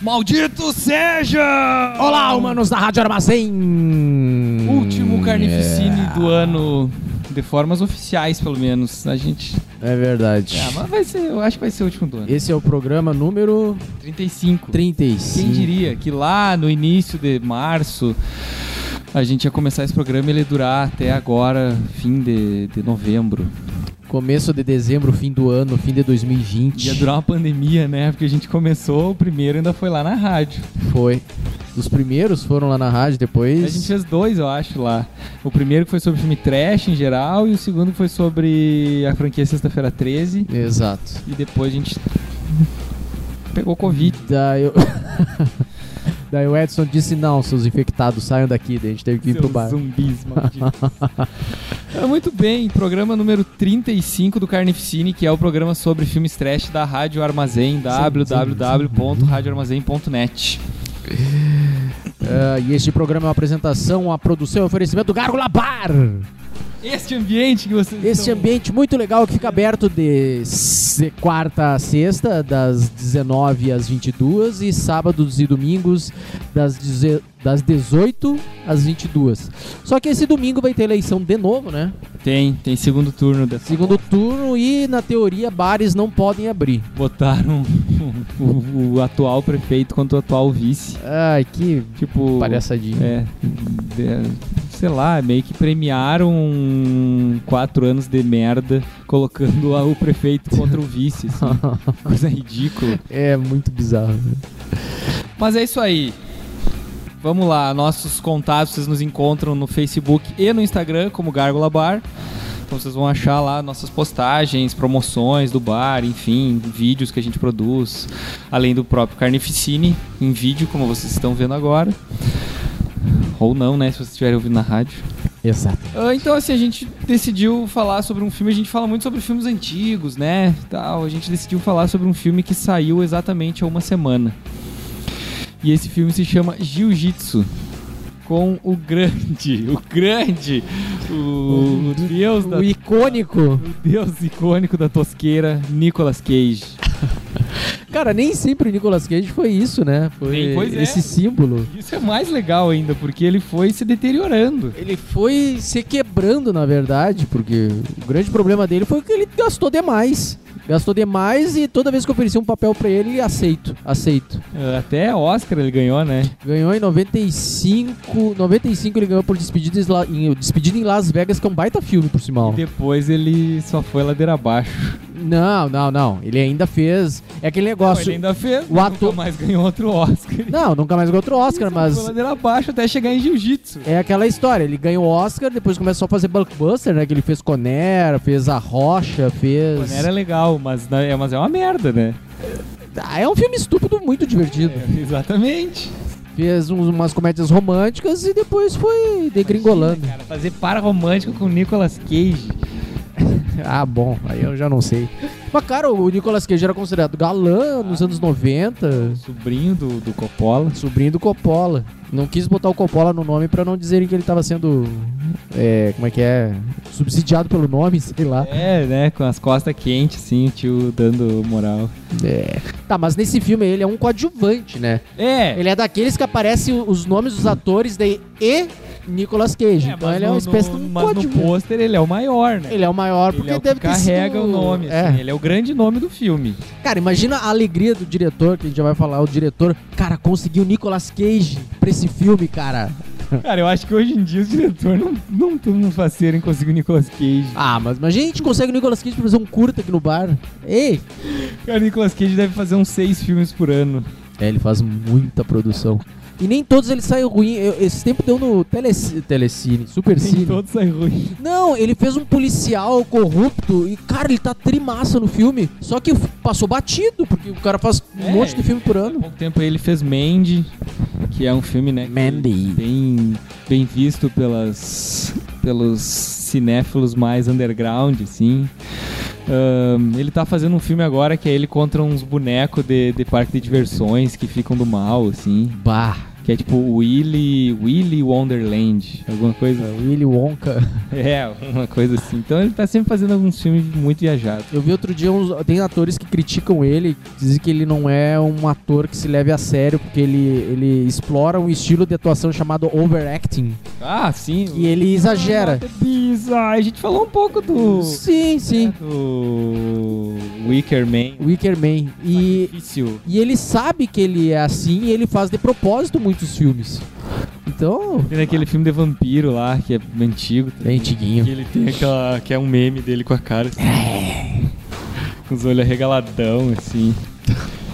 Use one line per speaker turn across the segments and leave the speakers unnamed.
Maldito seja!
Olá, humanos da Rádio Armazém! Hum,
Último Carnificine do ano, de formas oficiais, pelo menos. A gente.
É verdade.
Ah, mas vai ser, eu acho que vai ser o último do ano.
Esse é o programa número
35.
35.
Quem diria que lá no início de março a gente ia começar esse programa e ele ia durar até agora, fim de, de novembro.
Começo de dezembro, fim do ano, fim de 2020.
Ia durar uma pandemia, né? Porque a gente começou o primeiro e ainda foi lá na rádio.
Foi. Os primeiros foram lá na rádio, depois.
A gente fez dois, eu acho, lá. O primeiro que foi sobre filme trash em geral e o segundo que foi sobre a franquia Sexta-feira 13.
Exato.
E depois a gente pegou Covid.
Daí eu. Daí o Edson disse: não, seus infectados, saiam daqui. Daí a gente teve que ir pro
Seus um-
bar.
zumbis malditos. Ah, Muito bem, programa número 35 do Carnificine, que é o programa sobre filmes trash da Rádio Armazém, www.radioarmazém.net.
Ah, e este programa é uma apresentação, uma produção e oferecimento Gárgula Bar.
Este ambiente que vocês
Este
estão-
ambiente muito legal que fica aberto de, se- quarta a sexta, das 19 às 22 e sábados e domingos das, deze- das 18 às 22. Só que esse domingo vai ter eleição de novo, né?
Tem, tem segundo turno dessa.
Segundo turno e, na teoria, bares não podem abrir.
Botaram o, o atual prefeito contra o atual vice.
Ai, que
Tipo.
palhaçadinha.
É, de- sei lá, meio que premiaram quatro anos de merda colocando a- o prefeito contra o vice. assim. Coisa ridícula.
É, muito bizarro. né?
Mas é isso aí. Vamos lá, nossos contatos vocês nos encontram no Facebook e no Instagram como Gárgula Bar. Então vocês vão achar lá nossas postagens, promoções do bar, enfim, vídeos que a gente produz, além do próprio Carnificine em vídeo, como vocês estão vendo agora. Ou não, né, se vocês estiverem ouvindo na rádio.
Exato.
Ah, Então, assim, a gente decidiu falar sobre um filme. A gente fala muito sobre filmes antigos, né? Tal. A gente decidiu falar sobre um filme que saiu exatamente há uma semana. E esse filme se chama Jiu-Jitsu. Com o grande, o grande, o, o deus da,
O icônico.
o deus icônico da tosqueira, Nicolas Cage.
Cara, nem sempre o Nicolas Cage foi isso, né? Foi
Sim, pois é.
esse símbolo.
Isso é mais legal ainda, porque ele foi se deteriorando.
Ele foi se quebrando, na verdade, porque o grande problema dele foi que ele gastou demais. Gastou demais e toda vez que oferecia um papel pra ele, aceito, aceito.
Ah, Até Oscar ele ganhou, né?
Ganhou em 95, 95 ele ganhou por Despedida em La- em, Despedida em Las Vegas, que é um baita filme, por
E
sinal.
depois ele só foi ladeira abaixo.
Não, não, não. Ele ainda fez... É aquele
Não,
negócio...
ele ainda fez,
o
nunca
ator-
mais ganhou outro Oscar.
Não, nunca mais ganhou outro Oscar,
Isso, é
mas...
Foi ladeira abaixo até chegar em jiu-jitsu.
É aquela história, ele ganhou o Oscar, depois começou a fazer blockbuster, né? Que ele fez Conera, fez A Rocha, fez.
Mano, Era legal, mas, na- é- mas é uma merda, né?
Ah, é um filme estúpido, muito divertido.
É, exatamente.
Fez uns- umas comédias românticas e depois foi degringolando.
Cara, fazer para romântico com o Nicolas Cage.
Ah, bom, aí eu já não sei. Mas, cara, o Nicolas Cage era considerado galã
Ah.
nos anos 90,
Sobrinho do, do Coppola.
sobrinho do Coppola. Não quis botar o Coppola no nome pra não dizerem que ele tava sendo. é, como é que é? Subsidiado pelo nome, sei lá.
É, né? Com as costas quentes, sim, o tio dando moral.
É. Tá, mas nesse filme ele é um coadjuvante, né?
É,
Ele é daqueles que aparecem os nomes dos atores daí e Nicolas Cage.
é,
então
mas
ele é
no-
uma espécie de
no,
um
Mas no
coadjuvante.
pôster ele é o maior, né?
Ele é o maior porque
Ele é o que
deve ter
carrega o
sido...
nome,
É.
assim, ele é o grande nome do filme.
Cara, imagina a alegria do diretor, que a gente já vai falar, o diretor, cara, conseguiu Nicolas Cage pra esse filme, cara.
Cara, eu acho que hoje em dia os diretores não, não tão no faceiro em conseguir o Nicolas Cage.
Ah, mas imagina a gente consegue o Nicolas Cage pra fazer um curta aqui no bar. Ei!
Cara, o Nicolas Cage deve fazer uns seis filmes por ano.
É, ele faz muita produção. E nem todos eles saem ruim. Eu- esse tempo deu no Teleci- Telecine, Supercine.
Nem todos saem ruim.
Não, ele fez um policial corrupto e, cara, ele tá trimassa no filme. Só que f- passou batido, porque o cara faz um
É,
monte de filme por
Há
ano.
pouco tempo aí ele fez Mandy, que é um filme, né? que
Mandy.
Bem, bem visto pelas, pelos cinéfilos mais underground, assim. Ahn, ele tá fazendo um filme agora que é ele contra uns bonecos de, de parque de diversões que ficam do mal, assim.
Bah.
Que é tipo Willy, Willy Wonderland, alguma coisa.
Willy Wonka.
É, uma coisa assim. Então ele tá sempre fazendo alguns filmes muito viajados.
Eu vi outro dia, uns, tem atores que criticam ele, dizem que ele não é um ator que se leve a sério, porque ele, ele explora um estilo de atuação chamado overacting,
Ah, sim.
que ele exagera.
Bizarro. A gente falou um pouco do.
Sim, sim.
Do. Wicker Man.
Wicker Man. E,
Difícil.
e ele sabe que ele é assim e ele faz de propósito muitos filmes. Então,
Tem aquele filme de vampiro lá, que é antigo.
bem
Que
antiguinho.
ele tem aquela. que é um meme dele com a cara. Assim,
É.
com os olhos arregaladão, assim.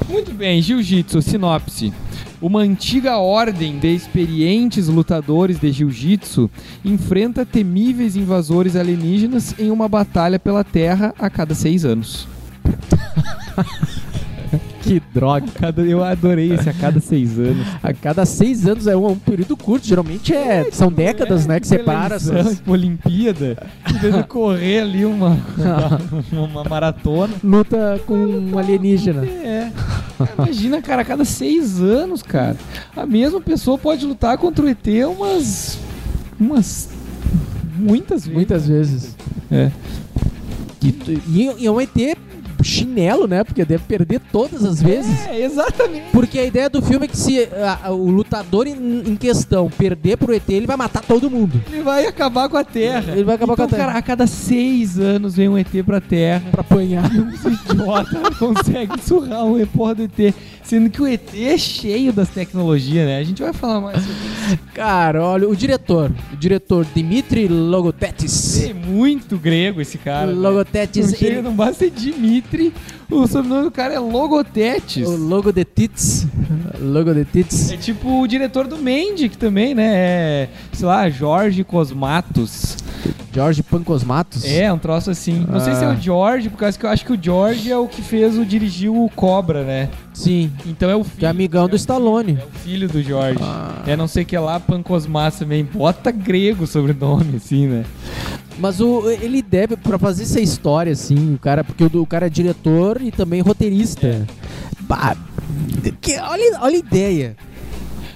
Muito bem, Jiu-Jitsu, sinopse. Uma antiga ordem de experientes lutadores de jiu-jitsu enfrenta temíveis invasores alienígenas em uma batalha pela Terra a cada seis anos.
Que droga.
Cada- eu adorei esse a cada seis anos.
A cada seis anos é um, um período curto, geralmente é, são décadas, né, que separa
Eleição,
essas
tipo, Olimpíada. Em vez de correr ali uma, uma, uma maratona.
luta com um alienígena.
É. Cara, Imagina, cara, a cada seis anos, cara, a mesma pessoa pode lutar contra o ET umas. umas. muitas vezes.
Muitas vezes.
É.
E, e- e é um ET chinelo, né? Porque deve perder todas as vezes.
É, exatamente.
Porque a ideia do filme é que se a- a- o lutador em, em questão perder pro ET, ele vai matar todo mundo.
Ele vai acabar com a Terra.
Ele vai acabar
Então,
com a Terra.
Cara, a cada seis anos vem um ET pra Terra.
Pra apanhar.
idiota consegue surrar um repórter do ET. Sendo que o ET é cheio das tecnologias, né? A gente vai falar mais sobre isso.
Cara, olha, o diretor. O diretor Dimitri Logotetis.
É muito grego esse cara. né? Não
Logotetis.
chega,
ele-
não basta ser Dimitri. O sobrenome do cara é Logotetes.
O logo de Tits. Logo de Tits.
É tipo o diretor do Mandy, que também, né? É, sei lá, Jorge Cosmatos.
Jorge Pancosmatos.
É, um troço assim. Não sei se é
Ah.
o Jorge, por causa que eu acho que o Jorge é o que fez o dirigiu o Cobra, né?
Sim.
Então é o
Que é
filho.
amigão do Stallone.
É o filho do Jorge.
Ah.
É não sei o que lá, Pancosmatos também. Bota grego o sobrenome, assim, né?
Mas o, ele deve, pra fazer essa história, assim, o cara, porque o, o cara é diretor e também roteirista. Bah, que- olha, olha a ideia.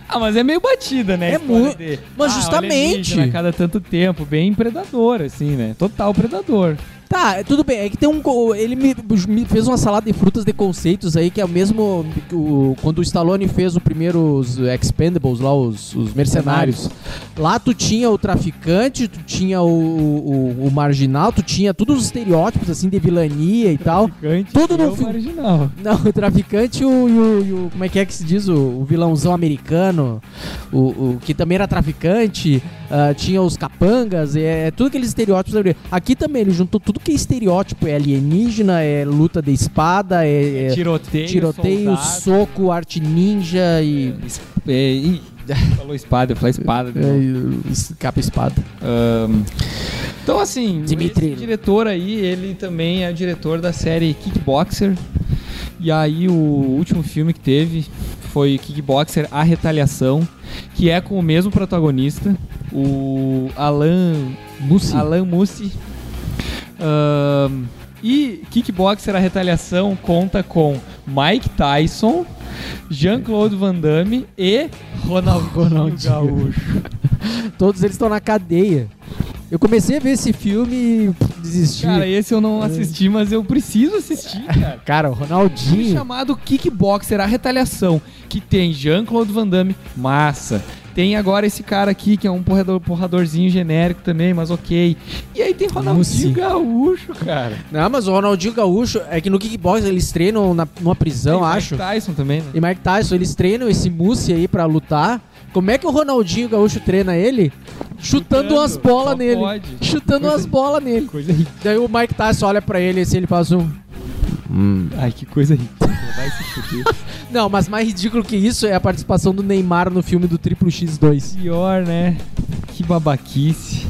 Ah, mas é meio batida, né? a
É
história
mu-
dele.
mas
Ah,
justamente.
alienígena A cada tanto tempo, bem predador, assim, né? Total predador.
Tá, é tudo bem. É que tem um. co- Ele me, me fez uma salada de frutas de conceitos aí, que é o mesmo. que o- quando o Stallone fez o primeiro os Expendables lá, os, os mercenários. Lá tu tinha o traficante, tu tinha o, o, o marginal, tu tinha todos os estereótipos, assim, de vilania e tal.
Gigante.
Tudo no
é o
filme.
marginal.
Não, o traficante e o, e o- e o- Como é que é que se diz? O, o vilãozão americano, o, o que também era traficante, ah, tinha os capangas, é, é tudo aqueles estereótipos. Aqui também ele juntou tudo que é estereótipo: é alienígena, é luta de espada, é, é
Tiroteio,
tiroteio,
soldado.
soco, arte ninja e.
Es- é, ih, falou espada, eu falei espada. de
é,
novo.
e- capa-espada.
Ahn, então, assim,
Dimitri.
esse diretor aí, ele também é o diretor da série Kickboxer. E aí, o último filme que teve foi Kickboxer A Retaliação, que é com o mesmo protagonista, o Alan
Mussi.
Alan Mussi. Ahn, e Kickboxer A Retaliação conta com Mike Tyson, Jean-Claude Van Damme e Ronaldinho
Ronaldinho.
Gaúcho.
Todos eles estão na cadeia. Eu comecei a ver esse filme e pff, desisti.
Cara, esse eu não assisti, mas eu preciso assistir, cara.
Cara, o
Filme
Ronaldinho.
chamado Kickboxer A Retaliação, que tem Jean-Claude Van Damme, massa. Tem agora esse cara aqui, que é um porrador, porradorzinho genérico também, mas ok. E aí tem Ronaldinho
Mussi.
Gaúcho, cara.
Não, mas o Ronaldinho Gaúcho é que no kickbox eles treinam na, numa prisão,
Tem
acho.
Mike Tyson também, né?
E Mike Tyson, eles treinam esse Mussi aí pra lutar. Como é que o Ronaldinho Gaúcho treina ele? Chutando,
Chutando,
umas bolas
só
nele.
pode.
Chutando
Coisa
umas bolas nele.
Coisa ridícula.
Daí o Mike Tyson olha pra ele e assim, ele faz um.
Ai, que coisa ridícula. Vai se fuder.
Não, mas mais ridículo que isso é a participação do Neymar no filme do Triplo X2.
Pior, né? Que babaquice.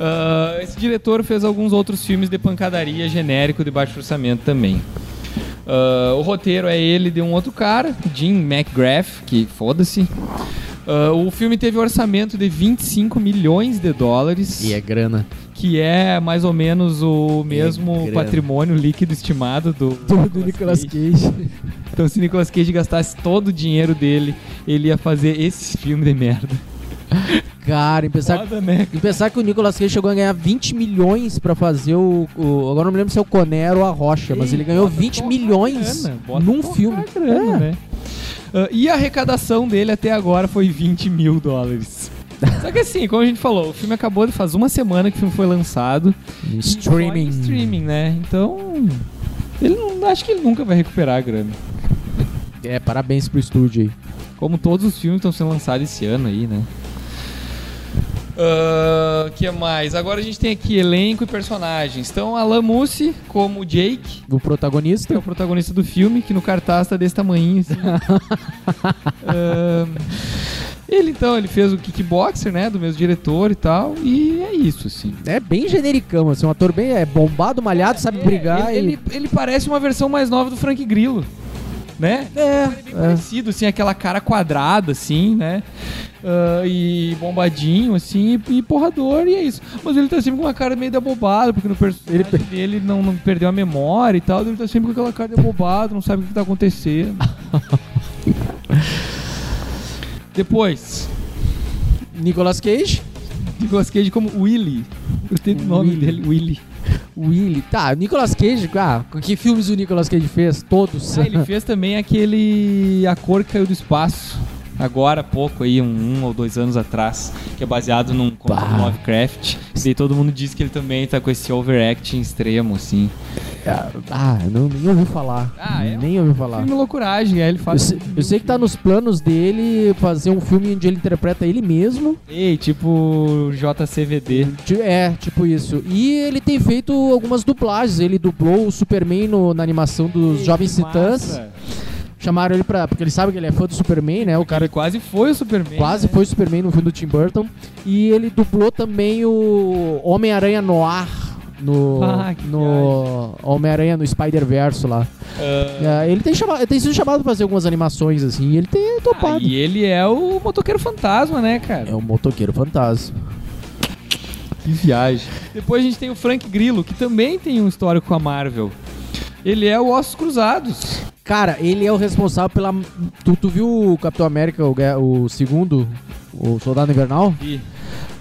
Ah, esse diretor fez alguns outros filmes de pancadaria genérico de baixo orçamento também. Ah, o roteiro é ele de um outro cara, Jim McGrath, que foda-se. Ah, o filme teve um orçamento de 25 milhões de dólares,
E é grana.
que é mais ou menos o mesmo
grana.
patrimônio líquido estimado do,
Do, do Nicolas Cage.
Então, se Nicolas Cage gastasse todo o dinheiro dele, ele ia fazer esse filme de merda.
Cara, em pensar,
Foda, né?
em pensar que o Nicolas Cage chegou a ganhar 20 milhões pra fazer o, o- Agora não me lembro se é o Conero ou a Rocha, mas
Ei,
ele ganhou
bota
20
porra
milhões
grana, bota
num
porra
filme. É,
grana, né? Ah, e a arrecadação dele até agora foi 20 mil dólares. Só que assim, como a gente falou, o filme acabou de faz uma semana que o filme foi lançado.
É.
E só em
Streaming.
streaming, né? Então. Ele não, acho que ele nunca vai recuperar a grana.
É, parabéns pro estúdio aí.
Como todos os filmes estão sendo lançados esse ano aí, né? O que mais? Agora a gente tem aqui elenco e personagens. Então, Alan Mousse como Jake, que
O
é
protagonista.
o protagonista do filme, que no cartaz tá desse tamanho, assim. Ahn, ele, então, ele fez o Kickboxer, né? Do mesmo diretor e tal. E é isso, assim.
É bem genericão, assim, um ator bem é bombado, malhado, sabe brigar
É, ele,
e...
ele, ele parece uma versão mais nova do Frank Grillo, né?
É,
bem parecido, assim, aquela cara quadrada, assim, né? Ah, e bombadinho, assim, e, e porrador, e é isso. Mas ele tá sempre com uma cara meio debobada, porque no personagem
Ele pe-
dele não, não perdeu a memória e tal, ele tá sempre com aquela cara debobada, não sabe o que tá acontecendo. Depois,
Nicolas Cage,
Nicolas Cage como Willy. Gostei do nome
Willy.
dele, Willy.
Willy. Tá, Nicolas Cage, ah, que filmes o Nicolas Cage fez? Todos.
Ah, ele fez também aquele A Cor que Caiu do Espaço. Agora há pouco, aí, um, um ou dois anos atrás, que é baseado num conto
Bah.
do Lovecraft. E aí todo mundo diz que ele também tá com esse overacting extremo, assim.
Ah, não, nem ouvi falar.
Ah, é?
Nem ouvi falar.
Filme loucuragem, aí ele
Eu
faz. um
sei, eu sei que tá nos planos dele fazer um filme onde ele interpreta ele mesmo.
Ei, tipo JCVD.
Ti- É, tipo isso. E ele tem feito algumas dublagens. Ele dublou o Superman no- na animação dos
Ei,
Jovens
que
Titãs.
massa.
Chamaram ele pra. Porque ele sabe que ele é fã do Superman, né? O cara
Ele quase foi o Superman.
quase
né?
foi o Superman no filme do Tim Burton. E ele dublou também o Homem-Aranha Noir. No,
Ah, que
no Homem-Aranha no Spider-Verse lá.
Ah,
É, ele, tem chama- ele tem sido chamado pra fazer algumas animações assim. E ele tem
ah,
topado.
e ele é o motoqueiro fantasma, né, cara?
É um motoqueiro fantasma. É,
Que viagem. Depois a gente tem o Frank Grillo, que também tem um histórico com a Marvel. Ele é o Ossos Cruzados.
Cara, ele é o responsável pela. Tu, tu viu o Capitão América, o, Guerra- o segundo, o Soldado Invernal?
E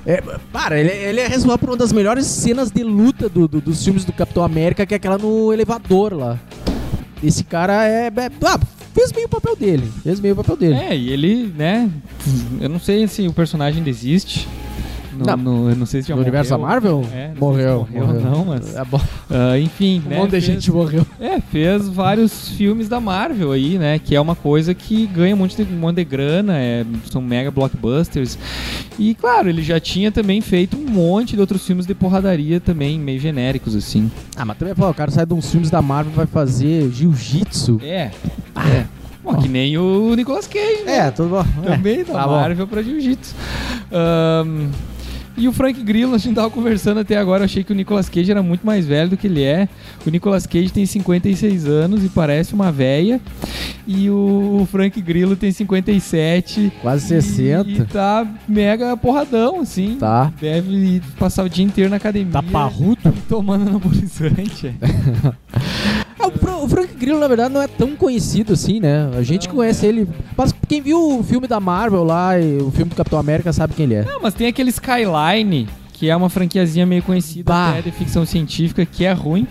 É, cara, ele, ele é responsável por uma das melhores cenas de luta do- do- dos filmes do Capitão América, que é aquela no elevador lá. Esse cara é. é- ah, fez meio o papel dele. Fez meio o papel dele.
É, e ele, né? Eu não sei se o personagem desiste. No,
Não.
no- eu não sei se já
no universo da
morreu.
Marvel?
É, não sei se
morreu,
morreu, não, mas-
É bom.
Ah, enfim,
Um
né?
monte de
fez-
gente morreu.
É, fez vários filmes da Marvel aí, né? Que é uma coisa que ganha um monte de, um monte de grana, é, são mega blockbusters. E claro, ele já tinha também feito um monte de outros filmes de porradaria também, meio genéricos, assim.
Ah, mas também, pô, o cara sai de uns filmes da Marvel e vai fazer jiu-jitsu.
É. é. Bom, que nem o Nicolas Cage, né?
É, tudo bom. É.
Também da
tá bom.
Marvel pra Jiu-Jitsu. Ahn, e o Frank Grillo, a gente tava conversando até agora, eu achei que o Nicolas Cage era muito mais velho do que ele é. O Nicolas Cage tem 56 anos e parece uma véia. E o Frank Grillo tem 57.
Quase
e-
60.
E, tá mega porradão, assim.
Tá.
Deve passar o dia inteiro na academia.
Tá parrudo?
Tomando anabolizante.
Ah, o, Fra- o Frank Grillo, na verdade, não é tão conhecido assim, né? A gente
Não,
conhece ele. Mas quem viu o filme da Marvel lá, e o filme do Capitão América, sabe quem ele é.
Não, mas tem aquele Skyline, que é uma franquiazinha meio conhecida
Bah.
até de ficção científica, que é ruim.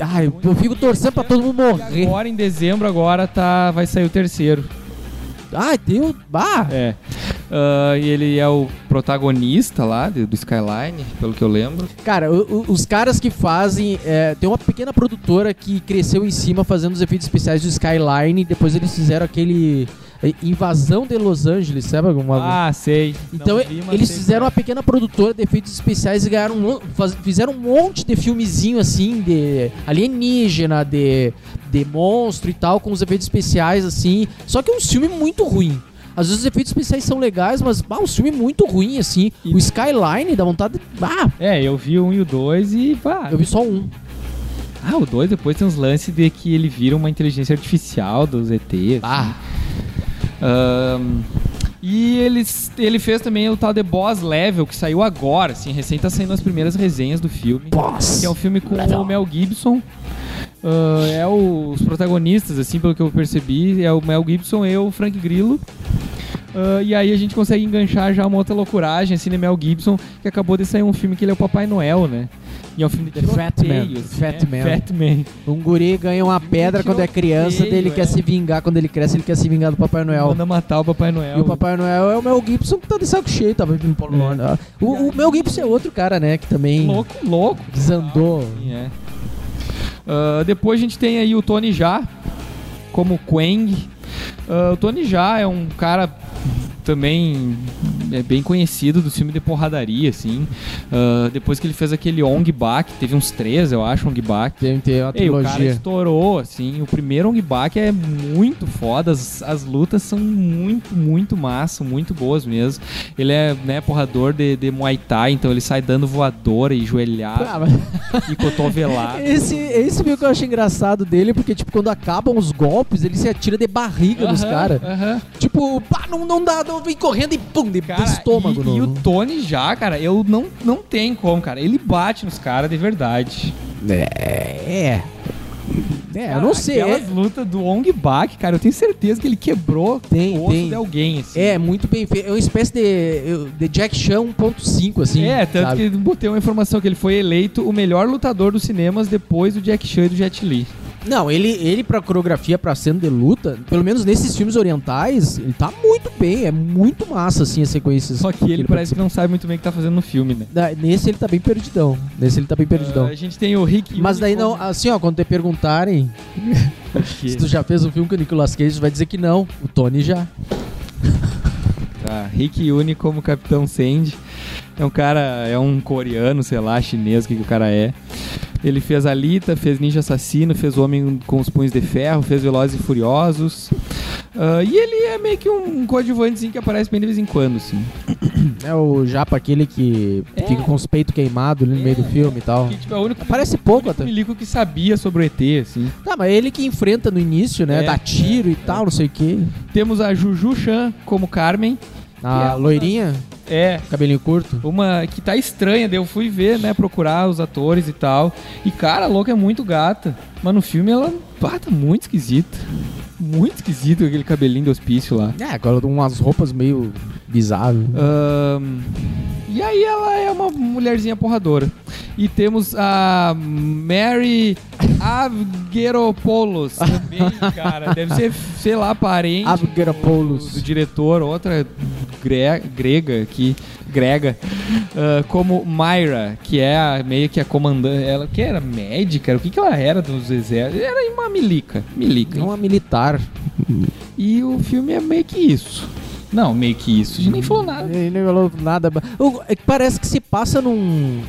Ai, eu, eu fico torcendo pra todo mundo
E
morrer.
agora, em dezembro, agora tá, vai sair o terceiro.
Ai, Deus. Ah,
É. Ah, e ele é o protagonista lá de- do Skyline, pelo que eu lembro.
cara, o- o- os caras que fazem. é, tem uma pequena produtora que cresceu em cima fazendo os efeitos especiais do Skyline. Depois eles fizeram aquele. é, Invasão de Los Angeles, sabe? Alguma,
Ah, sei.
Então
Não
e-
vi, mas
eles
sei
fizeram uma
qual é.
pequena produtora de efeitos especiais e ganharam um, mon- faz- fizeram um monte de filmezinho assim, de alienígena, de, de monstro e tal, com os efeitos especiais assim. Só que é um filme muito ruim. Às vezes os efeitos especiais são legais, mas ah, um filme muito ruim, assim.
E-
O Skyline dá vontade de. Ah,
é. É, eu vi o um e o dois e pá.
eu vi só um.
Ah, o dois depois tem uns lances de que assim. ele vira uma inteligência artificial dos ETs.
Ah,
Ah. Ahn, E ele, ele fez também o tal de Boss Level, que saiu agora, assim, recém tá saindo as primeiras resenhas do filme.
Boss.
Que é um filme com o Mel Gibson. Ah, é o- os protagonistas, assim, pelo que eu percebi, é o Mel Gibson e o Frank Grillo. Ah, e aí a gente consegue enganchar já uma outra loucuragem, assim, de Mel Gibson, que acabou de sair um filme que ele é o Papai Noel, né? E é um filme de
The Fat
tiroteio,
Man,
assim,
Fat
né?
Man.
Fat Man.
Um guri ganha uma pedra quando é criança, daí ele
tiroteio,
quer
é.
se vingar. Quando ele cresce, ele quer se vingar do Papai Noel.
Manda matar o Papai Noel.
E o Papai Noel é o Mel Gibson que tá de saco cheio, tá bebendo polona. O, o Mel Gibson é outro cara, né? Que também
Louco, louco.
desandou.
Sim, é. Ah, depois a gente tem aí o Tony Já, como Quang. Ah, o Tony Já é um cara também é bem conhecido do filme de porradaria, assim. Ah, depois que ele fez aquele Ong Bak, teve uns três, eu acho, Ong Bak.
Tem, tem uma
Ei, o cara
trilogia.
estourou, assim. O primeiro Ong Bak é muito foda. As, as lutas são muito, muito massa, muito boas mesmo. Ele é, né, porrador de, de Muay Thai, então ele sai dando voadora e joelhada
Ah, mas-
e cotovelada.
Esse, esse meio que eu acho engraçado dele, porque, tipo, quando acabam os golpes, ele se atira de barriga nos
Aham,
caras.
aham.
Tipo, pá, não, não dá, não, vem correndo e pum, de,
Cara,
do estômago.
e,
no-
e o
no-
Tony já, cara, eu não, não tem como, cara. Ele bate nos caras de verdade.
É. É, eu não
Cara,
sei.
Aquelas
é-
lutas do Ong Bak, cara, eu tenho certeza que ele quebrou
Tem,
o osso
tem.
de alguém, assim.
É, muito bem feito. É uma espécie de, eu- de Jack Chan 1.5, assim.
É, tanto
sabe?
que botei uma informação que ele foi eleito o melhor lutador dos cinemas depois do Jack Chan e do Jet Li.
Não, ele, ele pra coreografia, pra cena de luta, pelo menos nesses filmes orientais, ele tá muito bem. É muito massa, assim, as sequências.
Só que ele, parece que não sabe muito bem o que tá fazendo no filme, né?
participa. Nesse ele tá bem perdidão. Nesse ele tá bem perdidão.
Ah, a gente tem o Rick.
Mas daí
Unicorn,
não, assim, ó, quando te perguntarem se
que-
tu já fez um filme com o Nicolas Cage, tu vai dizer que não. O Tony já.
Tá, Rick Yune como Capitão Sandy. É um cara, é um coreano, sei lá, chinês, o que, que o cara é. Ele fez Alita, fez Ninja Assassino, fez Homem com os Punhos de Ferro, fez Velozes e Furiosos. Ah, e ele é meio que um coadjuvantezinho que aparece bem de vez em quando, assim.
É o Japa, aquele que
É.
fica com os peitos queimados ali no
É,
meio do filme e tal.
Que, tipo, é o único
Aparece pouco
o
até.
milico que sabia sobre o ET, assim.
Tá, mas ele que enfrenta no início, né?
É,
dá tiro e tal, não sei o quê.
Temos a Juju Chan como Carmen.
A
é uma-
loirinha,
É,
cabelinho curto.
Uma que tá estranha, daí eu fui ver, né, procurar os atores e tal. E cara, a louca é muito gata. Mas no filme ela pá, tá muito esquisita. Muito esquisito aquele cabelinho do hospício lá.
É, agora umas roupas meio bizarras.
Ah, Ahn, e aí ela é uma mulherzinha porradora. E temos a Mary Avgeropoulos também, cara. Deve ser, sei lá, parente
Ah,
do
Avgeropoulos.
diretor, outra gre- grega que grega, ah, como Myra, que é a- meio que a comandante, ela que era médica, era- o que que ela era dos exércitos? Era uma milica, milica.
É uma militar.
E o filme é meio que isso. Não, meio que isso. A gente nem falou nada.
Ele não falou nada. ba- O- é que Parece que se passa num.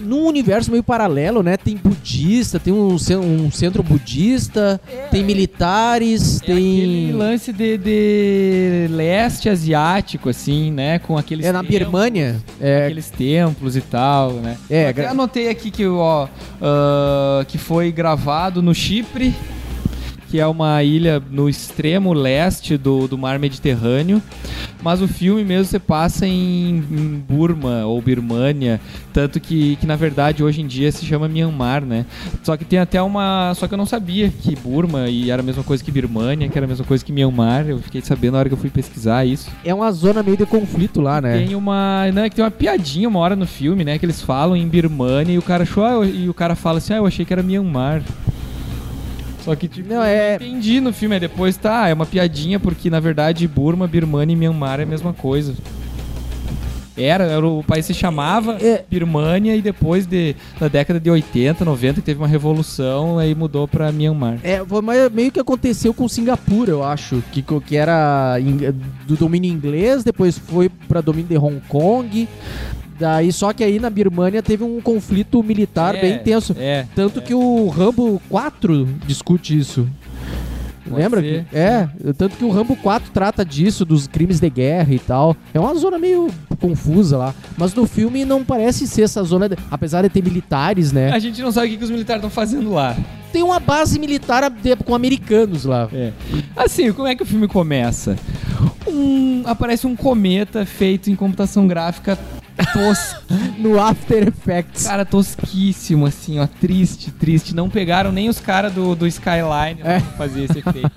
Num universo meio paralelo, né? Tem budista, tem um, ce- um centro budista, tem militares,
É. Aquele
tem.
lance de, de leste asiático, assim, né? Com aqueles
É na
templos.
Birmania. É,
aqueles templos e tal, né?
É,
Eu até
gra-
anotei aqui que, ó, ah, que foi gravado no Chipre, que é uma ilha no extremo leste do, do mar Mediterrâneo, mas o filme mesmo se passa em, em Burma ou Birmania, tanto que, que na verdade hoje em dia se chama Myanmar, né? Só que tem até uma. Só que eu não sabia que Burma e era a mesma coisa que Birmania, que era a mesma coisa que Myanmar, eu fiquei sabendo na hora que eu fui pesquisar isso.
é uma zona meio de conflito lá, né?
Tem uma. Não, é que tem uma piadinha uma hora no filme, né? Que eles falam em Birmania e o cara achou, ah, eu- e o cara fala assim, ah, eu achei que era Myanmar. Só que, tipo,
Não, é-
eu não entendi no filme, aí depois tá, é uma piadinha, porque na verdade Burma, Birmania e Myanmar é a mesma coisa. Era, era o país se chamava
É.
Birmania e depois de, na década de 80, 90, que teve uma revolução, aí mudou pra Myanmar.
É, foi mais- meio que aconteceu com Singapura, eu acho, que, co- que era in- do domínio inglês, depois foi para domínio de Hong Kong. Daí só que aí na Birmania teve um conflito militar
É,
bem intenso.
É.
Tanto que o Rambo 4 discute isso.
Pode
Lembra?
ser.
que- É, tanto que o Rambo 4 trata disso, dos crimes de guerra e tal. É uma zona meio confusa lá. Mas no filme não parece ser essa zona, de- apesar de ter militares, né?
A gente não sabe o que, que os militares estão fazendo lá.
Tem uma base militar de- com americanos lá.
É. Assim, como é que o filme começa? um- aparece um cometa feito em computação gráfica tosca.
No After Effects.
Cara, tosquíssimo, assim, ó. Triste, triste. Não pegaram nem os caras do, do Skyline
É.
pra fazer esse efeito.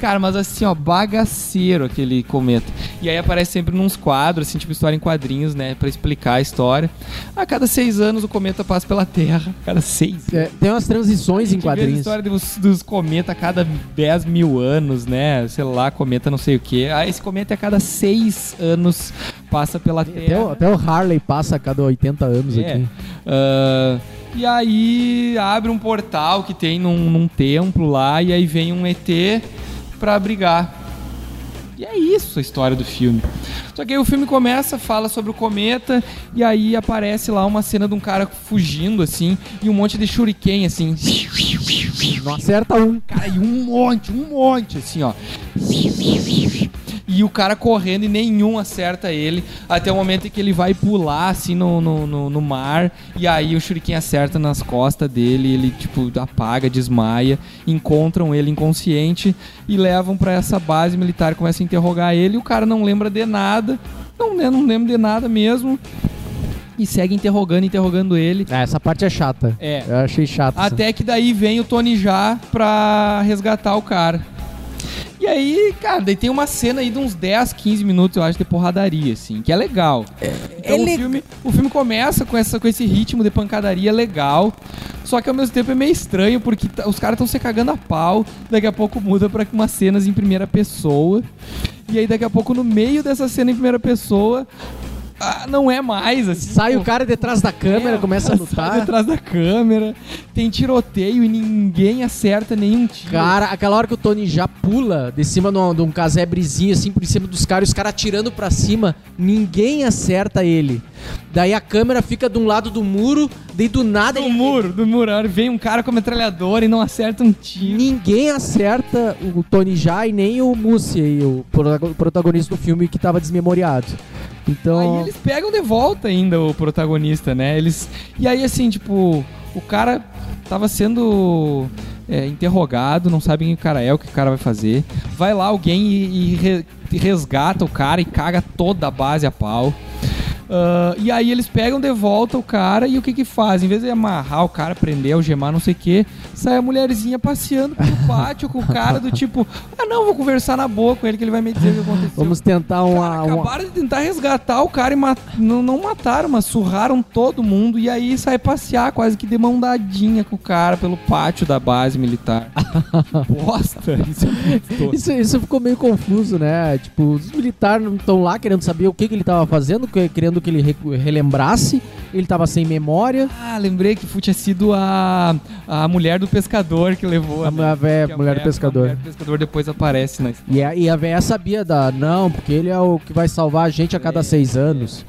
cara, mas assim, ó, bagaceiro aquele cometa. E aí aparece sempre nos quadros, assim, tipo história em quadrinhos, né? Pra explicar a história. A cada seis anos o cometa passa pela Terra. A cada seis.
É, tem umas transições em
A gente vê A
quadrinhos.
história dos, dos cometas a cada 10 mil anos, né? Sei lá, cometa não sei o quê. Ah, esse cometa a cada seis anos passa pela
Até o,
Terra.
até o Harley passa a cada 80 anos
né? É.
aqui.
Ah, e aí abre um portal que tem num, num templo lá e aí vem um ET pra brigar. E é isso a história do filme. Só que aí o filme começa, fala sobre o cometa e aí aparece lá uma cena de um cara fugindo assim e um monte de shuriken assim.
Acerta um.
Cara, e um monte, um monte, assim, ó. E o cara correndo e nenhum acerta ele. Até o momento em que ele vai pular, assim, no, no, no, no mar. E aí o Shuriken acerta nas costas dele. Ele, tipo, apaga, desmaia. Encontram ele inconsciente e levam pra essa base militar. Começam a interrogar ele. E o cara não lembra de nada. Não, né, não lembra de nada mesmo. E segue interrogando, interrogando ele.
Ah, essa parte é chata.
É.
Eu achei chata. essa.
Até que daí vem o Tony Já pra resgatar o cara. E aí, cara, daí tem uma cena aí de uns 10, 15 minutos, eu acho, de porradaria, assim, que é legal. então
ele-
o, filme, o filme começa com, essa, com esse ritmo de pancadaria legal, só que ao mesmo tempo é meio estranho, porque tá- os caras estão se cagando a pau, daqui a pouco muda pra umas cenas em primeira pessoa, e aí daqui a pouco no meio dessa cena em primeira pessoa, ah, não é mais, assim.
Sai
pô.
o cara detrás da câmera,
É,
começa a
sai
lutar.
Detrás da câmera. Tem tiroteio e ninguém acerta nenhum tiro.
Cara, aquela hora que o Tony já pula de cima de um, de um casebrezinho, assim, por cima dos caras, e os caras atirando pra cima, ninguém acerta ele. Daí a câmera fica de um lado do muro, daí do nada
do
ele-
muro, do muro. Aí Vem um cara com a metralhadora e não acerta um tiro.
Ninguém acerta o Tony já e nem o Mussi, aí, o protago- protagonista do filme que tava desmemoriado.
Aí
Então,
eles pegam de volta ainda o protagonista, né? Eles. E aí, assim, tipo, o cara tava sendo. é, interrogado, não sabe quem o cara é, o que o cara vai fazer. Vai lá alguém e, e re- resgata o cara e caga toda a base a pau. Ah, e aí eles pegam de volta o cara e o que que fazem? Em vez de amarrar o cara, prender, algemar, não sei o que, sai a mulherzinha passeando pelo pátio com o cara do tipo, ah não, vou conversar na boa com ele que ele vai me dizer o que aconteceu.
vamos tentar uma.
Cara,
uma-
acabaram de tentar resgatar o cara e mat- não, não mataram, mas surraram todo mundo e aí sai passear quase que de mão dadinha com o cara pelo pátio da base militar. Bosta! Isso é muito tosco.
Isso, isso ficou meio confuso, né? Tipo, os militares não estão lá querendo saber o que, que ele tava fazendo, que- querendo que ele recu- relembrasse, ele tava sem memória.
Ah, lembrei que Fu tinha sido a, a mulher do pescador que levou.
A,
né?
a véia,
Que
mulher do pescador.
A mulher do pescador depois aparece na história.
E a, e a véia sabia da. Não, porque ele é o que vai salvar a gente a cada
É,
seis anos.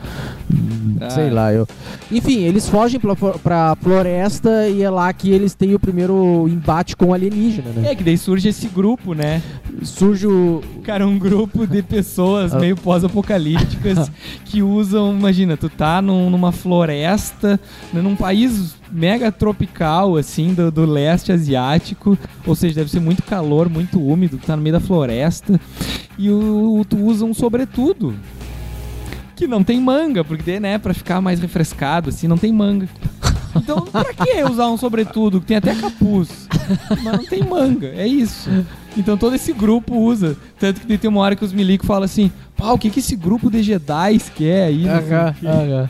Hum,
Ah.
Sei lá, eu. Enfim, eles fogem pra, flo- pra floresta e é lá que eles têm o primeiro embate com o alienígena, né?
É que daí surge esse grupo, né?
Surge o.
Cara, um grupo de pessoas meio pós-apocalípticas que usam. Imagina, tu tá num- numa floresta, né, num país mega tropical, assim, do, do leste asiático. Ou seja, deve ser muito calor, muito úmido, tu tá no meio da floresta. E o, tu usa um sobretudo. Que não tem manga, porque, né, pra ficar mais refrescado, assim, não tem manga. Então, pra que usar um sobretudo? que Tem até capuz, mas não tem manga, é isso. Então todo esse grupo usa. Tanto que daí tem uma hora que os milico falam assim: pau, o que, que esse grupo de Jedi quer aí? não sei o
Aham,
quê."
aham.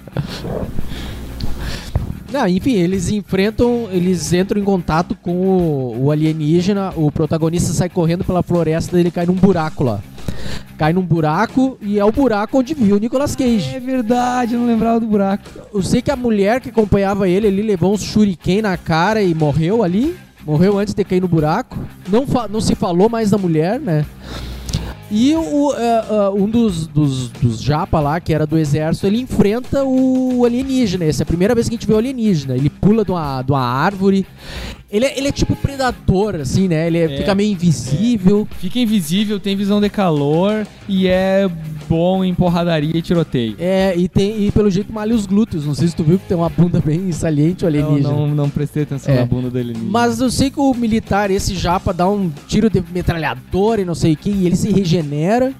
Não, enfim, eles enfrentam, eles entram em contato com o, o alienígena, o protagonista sai correndo pela floresta, ele cai num buraco lá. Cai num buraco e é o buraco onde viu o Nicolas Cage.
É verdade, eu não lembrava do buraco.
Eu sei que a mulher que acompanhava ele, ele levou uns shuriken na cara e morreu ali. Morreu antes de cair no buraco. Não, fa- não se falou mais da mulher, né? E o, é, é, um dos, dos, dos japa lá, que era do exército, ele enfrenta o alienígena. Essa é a primeira vez que a gente vê o alienígena. Ele pula de uma, de uma árvore. Ele é, ele é tipo predador, assim, né? Ele é-
É.
fica meio invisível.
Fica invisível, tem visão de calor e é bom em porradaria e tiroteio.
É, e, tem, e pelo jeito malha os glúteos. Não sei se tu viu que tem uma bunda bem saliente o
Não,
alienígena.
não, não prestei atenção
É.
na bunda do alienígena.
Mas eu sei que o militar, esse japa, dá um tiro de metralhador e não sei o que, e ele se regenera.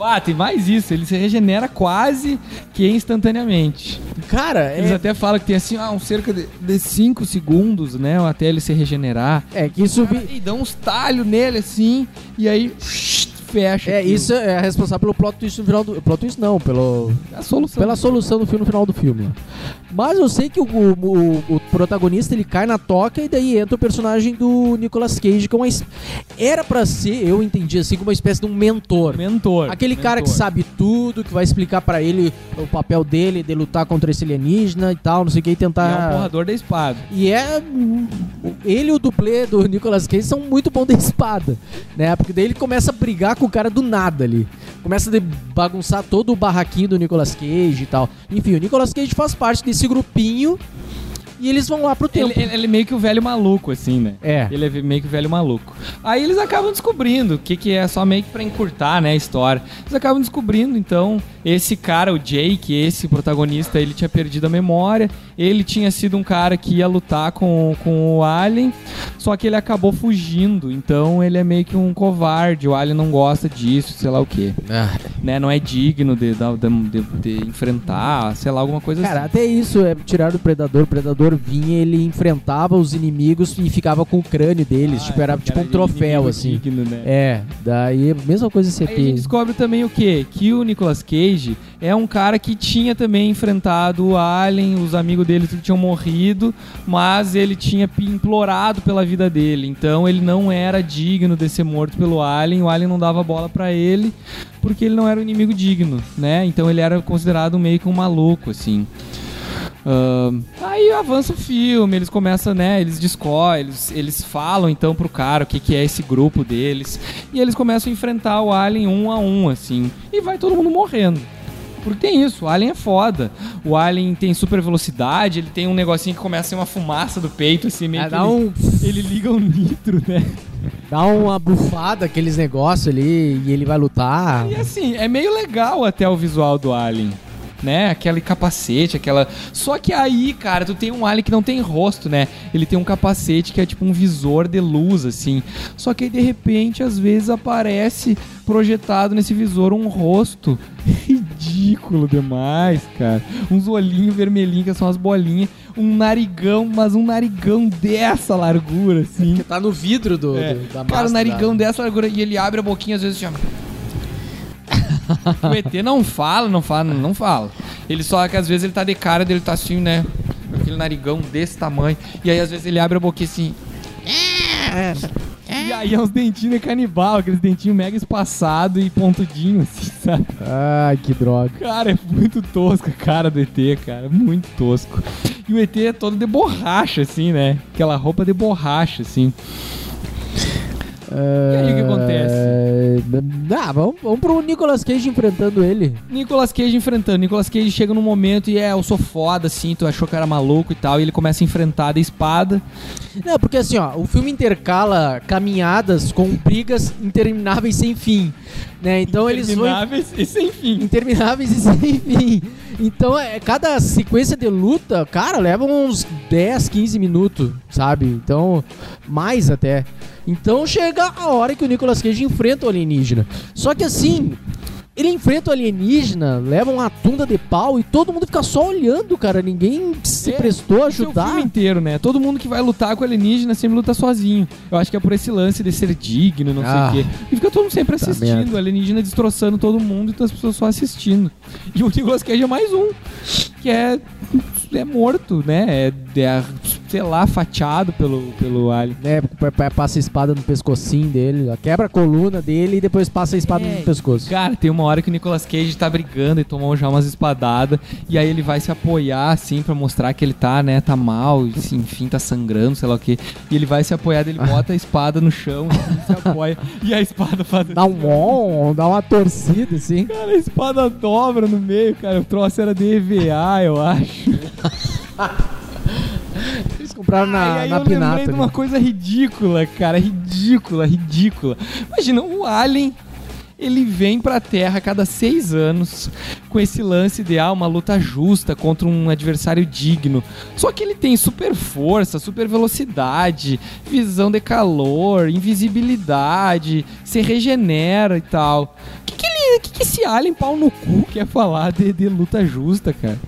Ah, tem mais isso, ele se regenera quase que instantaneamente.
Cara,
Eles
é,
até falam que tem assim, ah, um cerca de- de 5 segundos, né, até ele se regenerar.
é que isso. vi-
E dá uns talhos nele assim, e aí fecha.
É,
aquilo.
isso é responsável pelo plot twist no final do. Plot twist não, pelo.
É a solução.
Pela solução do filme no final do filme. Mas eu sei que o, o- o protagonista ele cai na toca e daí entra o personagem do Nicolas Cage, que é uma. es- Era pra ser, eu entendi assim, como uma espécie de um mentor.
Mentor.
Aquele cara que
mentor.
sabe tudo, que vai explicar pra ele o papel dele de lutar contra esse alienígena e tal, não sei o que, e
E É um
tentar.
porrador da espada.
E é. Ele e o dublê do Nicolas Cage são muito bons da espada, né? Porque daí ele começa a brigar com o cara do nada ali. Começa a de- bagunçar todo o barraquinho do Nicolas Cage e tal. Enfim, o Nicolas Cage faz parte desse grupinho e eles vão lá pro tempo.
Ele, ele- ele é meio que o velho maluco, assim, né?
É.
Ele é meio que o velho maluco. Aí eles acabam descobrindo o que, que é, só meio que pra encurtar, né, a história. Eles acabam descobrindo, então, esse cara, o Jake, esse protagonista, ele tinha perdido a memória. Ele tinha sido um cara que ia lutar com, com o Alien, só que ele acabou fugindo. Então ele é meio que um covarde, o Alien não gosta disso, sei lá o quê.
Ah.
né, não é digno de, da- da- de- de enfrentar, sei lá, alguma coisa
Cara,
assim.
até isso é tirar do predador. O predador vinha, ele enfrentava os inimigos e ficava com o crânio deles.
Ah,
tipo, era
então,
tipo
é
um troféu, assim.
Digno, né?
É, daí mesma coisa esse
Aí a gente
aqui.
descobre também o quê? Que o Nicolas Cage é um cara que tinha também enfrentado o Alien, os amigos dele tudo tinham morrido, mas ele tinha pi- implorado pela vida dele. Então ele não era digno de ser morto pelo Alien, o Alien não dava bola pra ele, porque ele não era um inimigo digno, né? Então ele era considerado meio que um maluco, assim. Ahn, aí avança o filme, eles começam, né? Eles descobrem, eles, eles falam então pro cara o que, que é esse grupo deles. E eles começam a enfrentar o Alien um a um, assim. E vai todo mundo morrendo. Porque tem isso, o Alien é foda. O Alien tem super velocidade, ele tem um negocinho que começa a ser uma fumaça do peito, assim, meio
Ah,
que
dá,
ele,
um,
ele liga o nitro, né?
dá uma bufada, aqueles negócios ali, e ele vai lutar.
E assim, é meio legal até o visual do Alien. Né? Aquele capacete, aquela. Só que aí, cara, tu tem um alien que não tem rosto, né? Ele tem um capacete que é tipo um visor de luz, assim. Só que aí, de repente, às vezes aparece projetado nesse visor um rosto ridículo demais, cara. Uns olhinhos vermelhinhos, que são as bolinhas. Um narigão, mas um narigão dessa largura, assim.
tá no vidro do,
É.
do- da
Cara,
massa
o narigão
da-
dessa largura e ele abre a boquinha às vezes chama. o ET não fala, não fala, não fala. Ele só que às vezes ele tá de cara dele tá assim, né? Com Aquele narigão desse tamanho. E aí às vezes ele abre a boquinha assim. E aí é uns dentinhos de canibal, aqueles dentinhos mega espaçados e pontudinhos, assim, sabe?
tá? Ai, que droga.
Cara, é muito tosco a cara do ET, cara. Muito tosco. E o ET é todo de borracha, assim, né? Aquela roupa de borracha, assim.
E
aí, o que acontece?
Ah, vamos, vamos pro Nicolas Cage enfrentando ele.
Nicolas Cage enfrentando. Nicolas Cage chega num momento e é, eu sou foda, assim, tu achou que era maluco e tal. E ele começa a enfrentar da espada.
Não, porque assim, ó, o filme intercala caminhadas com brigas intermináveis sem fim, né? Então eles vão
Intermináveis e sem fim.
intermináveis e sem fim. Então, é, cada sequência de luta, cara, leva uns 10, 15 minutos, sabe? Então, mais até. Então chega a hora que o Nicolas Cage enfrenta o alienígena. Só que assim, ele enfrenta o alienígena, leva uma tunda de pau e todo mundo fica só olhando, cara. Ninguém se
É,
prestou a
Esse é o filme
ajudar.
inteiro, né? Todo mundo que vai lutar com alienígena sempre luta sozinho. Eu acho que é por esse lance de ser digno, não
Ah,
sei o quê. E fica todo mundo sempre
puta
assistindo,
merda.
o alienígena destroçando todo mundo e então as pessoas só assistindo. E o Nicolas Cage é mais um, que é, é morto, né? É, é, sei lá, fatiado pelo, pelo alien.
É, pa- pa- passa a espada no pescocinho dele, ó, quebra a coluna dele e depois passa a espada
É,
no pescoço.
Cara, tem uma hora que o Nicolas Cage tá brigando e tomou já umas espadadas. E aí ele vai se apoiar, assim, pra mostrar que ele tá, né, tá mal, assim, enfim, tá sangrando, sei lá o quê. E ele vai se apoiar, daí ele bota a espada no chão, assim, se apoia, e a espada faz.
Dá um on, dá uma torcida, assim.
Cara, a espada dobra no meio, cara. O troço era de EVA, eu acho.
Eles compraram
Ah, e
na,
aí
na
eu
Pinata.
lembrei de
né?
uma coisa ridícula, cara. Ridícula, ridícula. Imagina, o Alien. ele vem pra Terra a cada seis anos com esse lance de ah, uma luta justa contra um adversário digno. Só que ele tem super força, super velocidade, visão de calor, invisibilidade, se regenera e tal. O que, que ele. que, que esse alien pau no cu quer falar de, de luta justa, cara?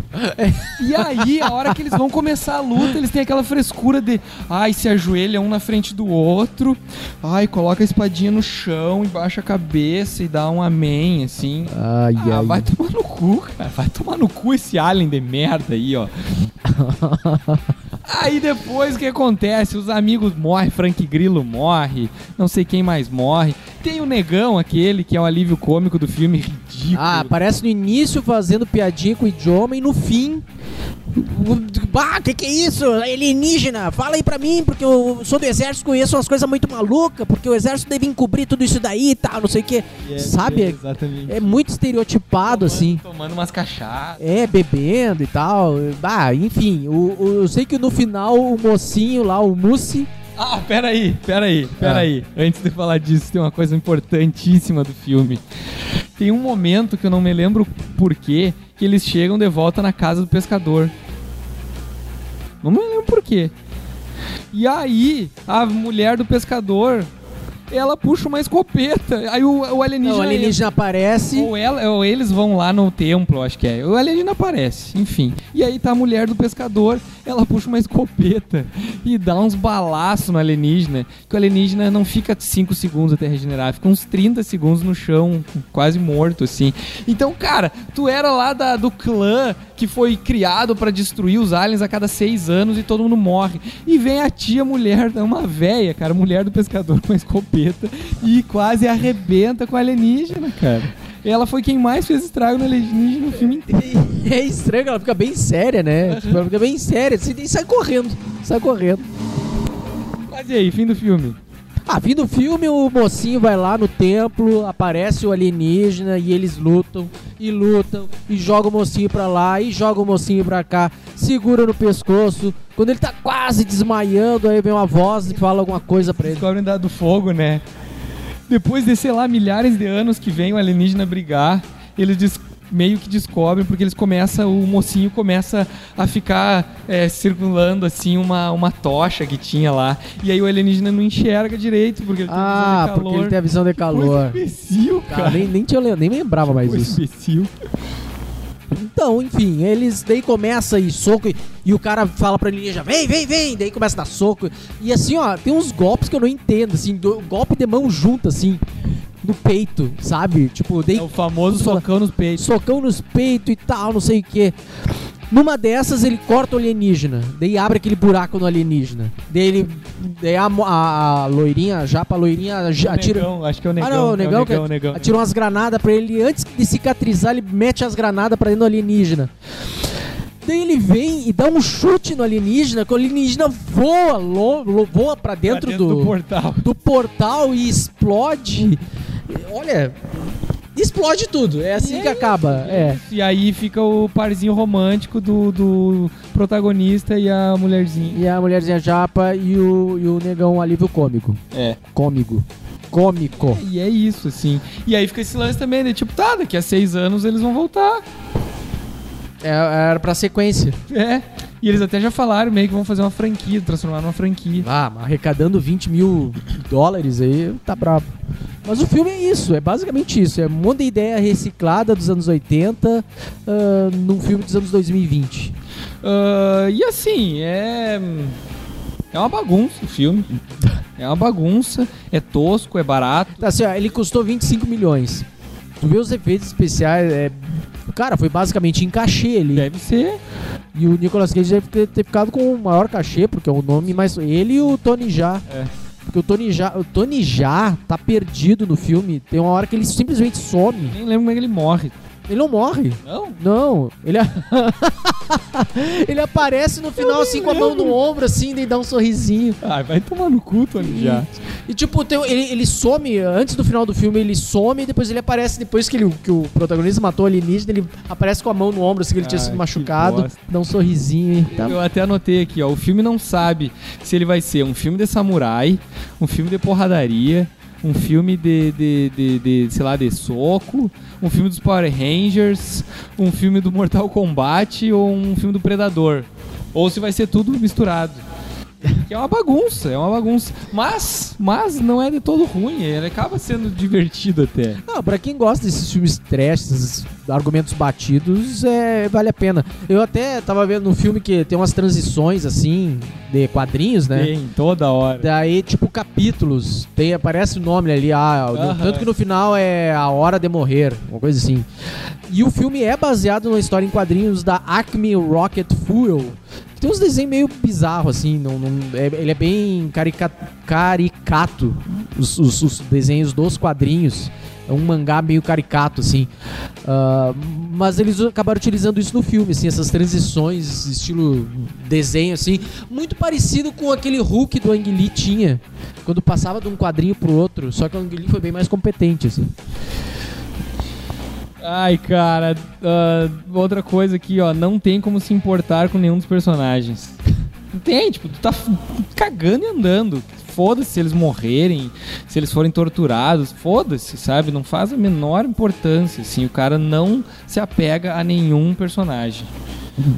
E aí, a hora que eles vão começar a luta, eles têm aquela frescura de ai, se ajoelha um na frente do outro, ai, coloca a espadinha no chão e baixa a cabeça e dá um amém, assim.
Ai,
Ah,
ai.
vai tomar no cu, cara. Vai tomar no cu esse alien de merda aí, ó. aí depois o que acontece? Os amigos morrem, Frank Grillo morre, não sei quem mais morre. Tem o negão aquele que é o alívio cômico do filme ridículo.
Ah, aparece no início fazendo piadinha com o idioma e no fim. Bah, que que é isso? Alienígena, fala aí pra mim, porque eu sou do exército, conheço umas coisas muito malucas, porque o exército deve encobrir tudo isso daí e tal, não sei o que.
É,
sabe?
é, Exatamente.
É muito estereotipado, assim.
Tomando umas cachaças.
É, bebendo e tal. Bah, enfim, o, o- eu sei que no final o mocinho lá, o Mussi,
Ah, peraí, peraí, peraí.
Ah.
Antes de falar disso, tem uma coisa importantíssima do filme. Tem um momento que eu não me lembro porquê que eles chegam de volta na casa do pescador. Não me lembro porquê. E aí, a mulher do pescador, ela puxa uma escopeta. Aí o, o alienígena.
não, o alienígena aparece.
Ou, ela, ou eles vão lá no templo, acho que é. O alienígena aparece, enfim. E aí tá a mulher do pescador, ela puxa uma escopeta e dá uns balaços no alienígena, que o alienígena não fica 5 segundos até regenerar, fica uns 30 segundos no chão, quase morto, assim. Então, cara, tu era lá da- do clã que foi criado pra destruir os aliens a cada seis anos e todo mundo morre. E vem a tia mulher, né, uma véia, cara, mulher do pescador com uma escopeta e quase arrebenta com o alienígena, cara. Ela foi quem mais fez estrago no alienígena no filme inteiro.
É estranho que ela fica bem séria, né? Tipo, ela fica bem séria, assim, e sai correndo, sai correndo.
Mas e aí, fim do filme?
Ah, fim do filme, o mocinho vai lá no templo, aparece o alienígena e eles lutam, e lutam, e joga o mocinho pra lá, e joga o mocinho pra cá, segura no pescoço. Quando ele tá quase desmaiando, aí vem uma voz e fala alguma coisa pra ele.
Descobrem da do fogo, né? Depois de, sei lá, milhares de anos que vem o alienígena brigar, eles des- meio que descobrem, porque eles começam, o mocinho começa a ficar é, circulando, assim, uma, uma tocha que tinha lá. E aí o alienígena não enxerga direito, porque ele tem visão
Ah,
de calor.
porque ele tem a visão de calor.
Coisa imbecil,
Ah,
cara.
nem, nem, tinha, le- nem lembrava mais
Coisa
isso.
imbecil.
Então, enfim, eles daí começa e soco e, e o cara fala pra alienígena, vem, vem, vem, daí começa a dar soco. E assim, ó, tem uns golpes que eu não entendo, assim, do- golpe de mão junta, assim, no peito, sabe? Tipo, daí
É o famoso socão nos peitos.
socão nos peitos e tal, não sei o que. Numa dessas, ele corta o alienígena. Daí abre aquele buraco no alienígena. Daí ele. Daí a, mo- a, a loirinha, a japa loirinha, a-
O
atira.
negão, acho que é o negão.
Ah, não, o
é
negão,
o negão,
que
o negão.
atirou umas granadas pra ele. Antes de cicatrizar, ele mete as granadas pra dentro do alienígena. Daí ele vem e dá um chute no alienígena, que o alienígena voa, lo, lo- voa pra
Pra
dentro,
Tá do... portal.
do portal e explode. Olha, explode tudo. É assim
E
que
é
acaba. É.
E aí fica o parzinho romântico do, do protagonista e a mulherzinha.
E a mulherzinha japa e o, e o negão um alívio cômico.
É.
Cômico. Cômico.
E é isso, assim. E aí fica esse lance também, né? Tipo, tá, daqui a seis anos eles vão voltar.
É, era pra sequência.
É. E eles até já falaram meio que vão fazer uma franquia, transformar numa franquia.
Ah, mas arrecadando 20 mil dólares aí, tá brabo. Mas o filme é isso, é basicamente isso. É um monte de ideia reciclada dos anos 80 ah, num filme dos anos 2020.
Ah, e assim, é. É uma bagunça o filme. É uma bagunça, é tosco, é barato.
Tá assim, ó, ele custou 25 milhões. Tu vê os efeitos especiais, é... Cara, foi basicamente em cachê ali.
Deve ser.
E o Nicolas Cage deve ter, ter ficado com o maior cachê, porque é o nome mais. Ele e o Tony Já.
É.
Porque o Tony Já, o Tony Já tá perdido no filme. Tem uma hora que ele simplesmente some.
Nem lembro como é que ele morre.
Ele não morre.
Não?
Não, ele ele aparece no final assim com a mão no ombro assim, daí dá um sorrisinho.
Ai, vai tomar no cu, Tony, já.
E tipo, tem- ele, ele some, antes do final do filme ele some e depois ele aparece, depois que, ele, que o protagonista matou o alienígena, ele aparece com a mão no ombro assim que ele tinha
Ai,
sido
que
machucado,
bosta.
dá um sorrisinho e tá.
Eu até anotei aqui, ó. O filme não sabe se ele vai ser um filme de samurai, um filme de porradaria, um filme de, de, de, de, sei lá, de soco, um filme dos Power Rangers, um filme do Mortal Kombat ou um filme do Predador. Ou se vai ser tudo misturado. Que é uma bagunça, é uma bagunça. Mas, mas não é de todo ruim, ele acaba sendo divertido até.
Não, pra quem gosta desses filmes trash, esses argumentos batidos, é, vale a pena. Eu até tava vendo um filme que tem umas transições, assim, de quadrinhos, né?
Tem toda hora.
Daí, tipo, capítulos. Tem, aparece o nome ali. Ah,
Aham.
Tanto que no final é A Hora de Morrer, uma coisa assim. E o filme é baseado numa história em quadrinhos da Acme Rocket Fuel. que Tem uns desenhos meio bizarros, assim. Não, não- é- ele é bem carica- caricato, os, os- os desenhos dos quadrinhos. É um mangá meio caricato, assim. Ah, mas eles acabaram utilizando isso no filme, assim, essas transições, estilo desenho, assim, muito parecido com aquele Hulk do Ang Lee tinha, quando passava de um quadrinho pro outro, só que o Ang Lee foi bem mais competente, assim.
Ai, cara, ah, outra coisa aqui, ó, não tem como se importar com nenhum dos personagens. Não tem, tipo, tu tá f- cagando e andando. Foda-se se eles morrerem, se eles forem torturados, foda-se, sabe? Não faz a menor importância, assim, o cara não se apega a nenhum personagem.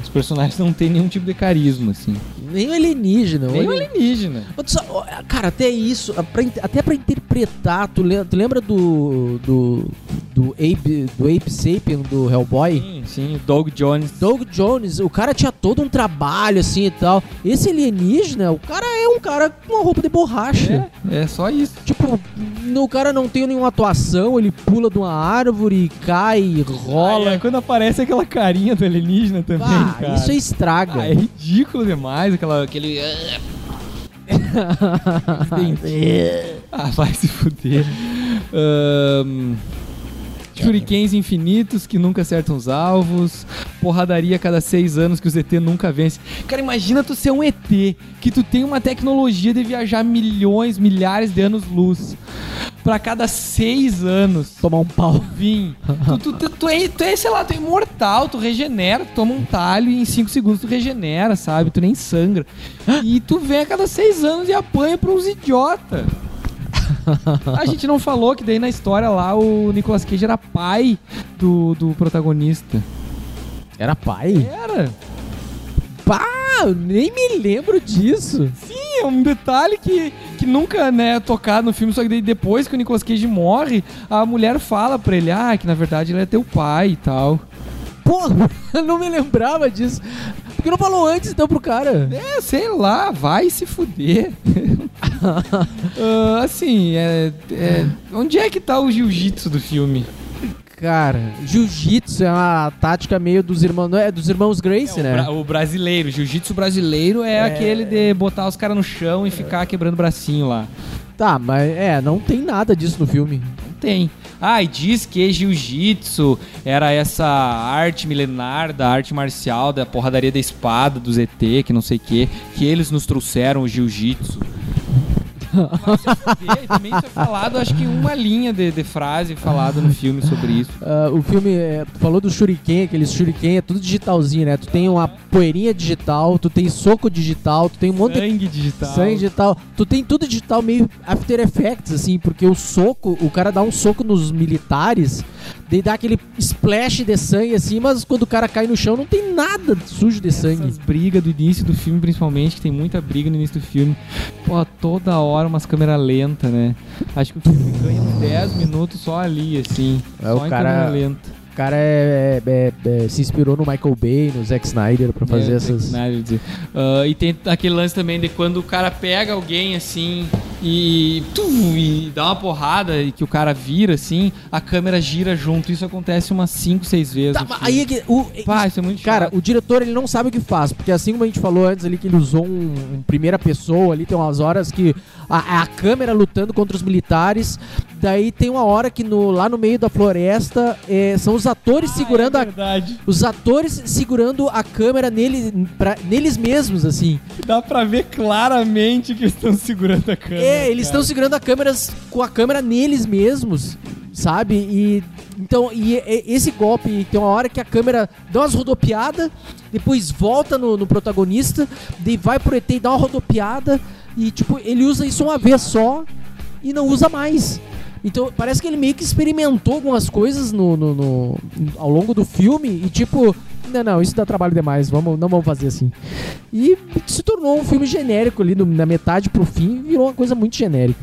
Os personagens não têm nenhum tipo de carisma, assim.
Nem o alienígena. o
Nem o
alien-
alienígena.
Mas tu sa- ó, Cara, até isso, a- pra in- até pra interpretar, tu lem- tu lembra do. do. do Ape, do Ape Sapien do Hellboy?
Sim, sim, o Doug Jones.
Doug Jones, o cara tinha todo um trabalho assim e tal. Esse alienígena, o cara é um cara com uma roupa de borracha.
É, é só isso.
Tipo, no- o cara não tem nenhuma atuação, ele pula de uma árvore, cai,
Ai,
rola.
é, quando aparece aquela carinha do alienígena também,
Ah,
cara.
isso aí estraga.
Ah, é ridículo demais aquela, aquele.
é
Ah, vai se fuder. Ahn, Shurikens infinitos que nunca acertam os alvos. Porradaria a cada seis anos que os ET nunca vence. Cara, imagina tu ser um ET, que tu tem uma tecnologia de viajar milhões, milhares de anos-luz. Pra cada seis anos
Tomar um pau.
vim. Tu, tu, tu, tu é, tu é, sei lá, tu é imortal, tu regenera, tu toma um talho e em 5 segundos tu regenera, sabe? Tu nem sangra. E tu vem a cada 6 anos e apanha pra uns idiota. A gente não falou que daí na história lá o Nicolas Cage era pai do, do protagonista.
Era pai?
Era.
É. Pá, eu nem me lembro disso.
Sim, é um detalhe que, que nunca né, é tocado no filme, só que daí depois que o Nicolas Cage morre, a mulher fala pra ele, ah, que na verdade ele é teu pai e tal.
Porra, eu não me lembrava disso. Por que não falou antes então pro cara?
É, sei lá, vai se fuder. Ah, assim, é, é- onde é que tá o jiu-jitsu do filme?
Cara, jiu-jitsu é uma tática meio dos irmãos. não É dos irmãos Grace, né?
brasileiro, jiu-jitsu brasileiro é, aquele de botar os caras no chão e ficar quebrando bracinho lá.
Tá, mas é, não tem nada disso no filme.
Não tem. Ah, e diz que jiu-jitsu era essa arte milenar da arte marcial, da porradaria da espada, do ZT, que não sei o quê, que eles nos trouxeram o jiu-jitsu. Vai se fuder, também isso é falado, acho que uma linha de, de frase falada no filme sobre isso.
Ah, o filme é, tu falou do Shuriken, aqueles Shuriken, é tudo digitalzinho, né? Tu tem uma poeirinha digital, tu tem soco digital, tu tem um monte
Sangue
de
digital.
sangue digital, tu tem tudo digital meio After Effects, assim, porque o soco, o cara dá um soco nos militares, daí dá aquele splash de sangue, assim, mas quando o cara cai no chão não tem nada sujo de sangue.
Essas brigas do início do filme, principalmente, que tem muita briga no início do filme. Pô, toda hora umas câmeras lentas, né? Acho que o filme ganha uns 10 minutos só ali, assim.
É,
só
o
em
cara-
câmera lenta.
O cara é- é- é- é- se inspirou no Michael Bay, no Zack Snyder pra fazer
É,
essas.
nada a dizer. Ah, e tem aquele lance também de quando o cara pega alguém assim e, tum, e dá uma porrada e que o cara vira assim, a câmera gira junto. Isso acontece umas 5, 6 vezes.
Tá,
no
mas
filme.
aí é que o-
Pá, isso é muito
Cara,
chato.
o diretor ele não sabe o que faz, porque assim como a gente falou antes ali que ele usou um, um primeira pessoa ali, tem umas horas que a, a câmera lutando contra os militares, daí tem uma hora que no, lá no meio da floresta é, são os atores segurando
ah, é
a
verdade.
os atores segurando a câmera nele, pra- neles mesmos, assim.
Dá pra ver claramente que eles estão segurando a câmera.
É, eles estão segurando a câmera com a câmera neles mesmos, sabe? E então, e, e- esse golpe tem uma hora que a câmera dá umas rodopiadas, depois volta no, no protagonista, daí vai pro ET e dá uma rodopiada e tipo, ele usa isso uma vez só. e não usa mais. Então parece que ele meio que experimentou algumas coisas no, no- no- ao longo do filme e tipo, não, não, isso dá trabalho demais, vamos, não vamos fazer assim. E se tornou um filme genérico ali, do- na metade pro fim, virou uma coisa muito genérica.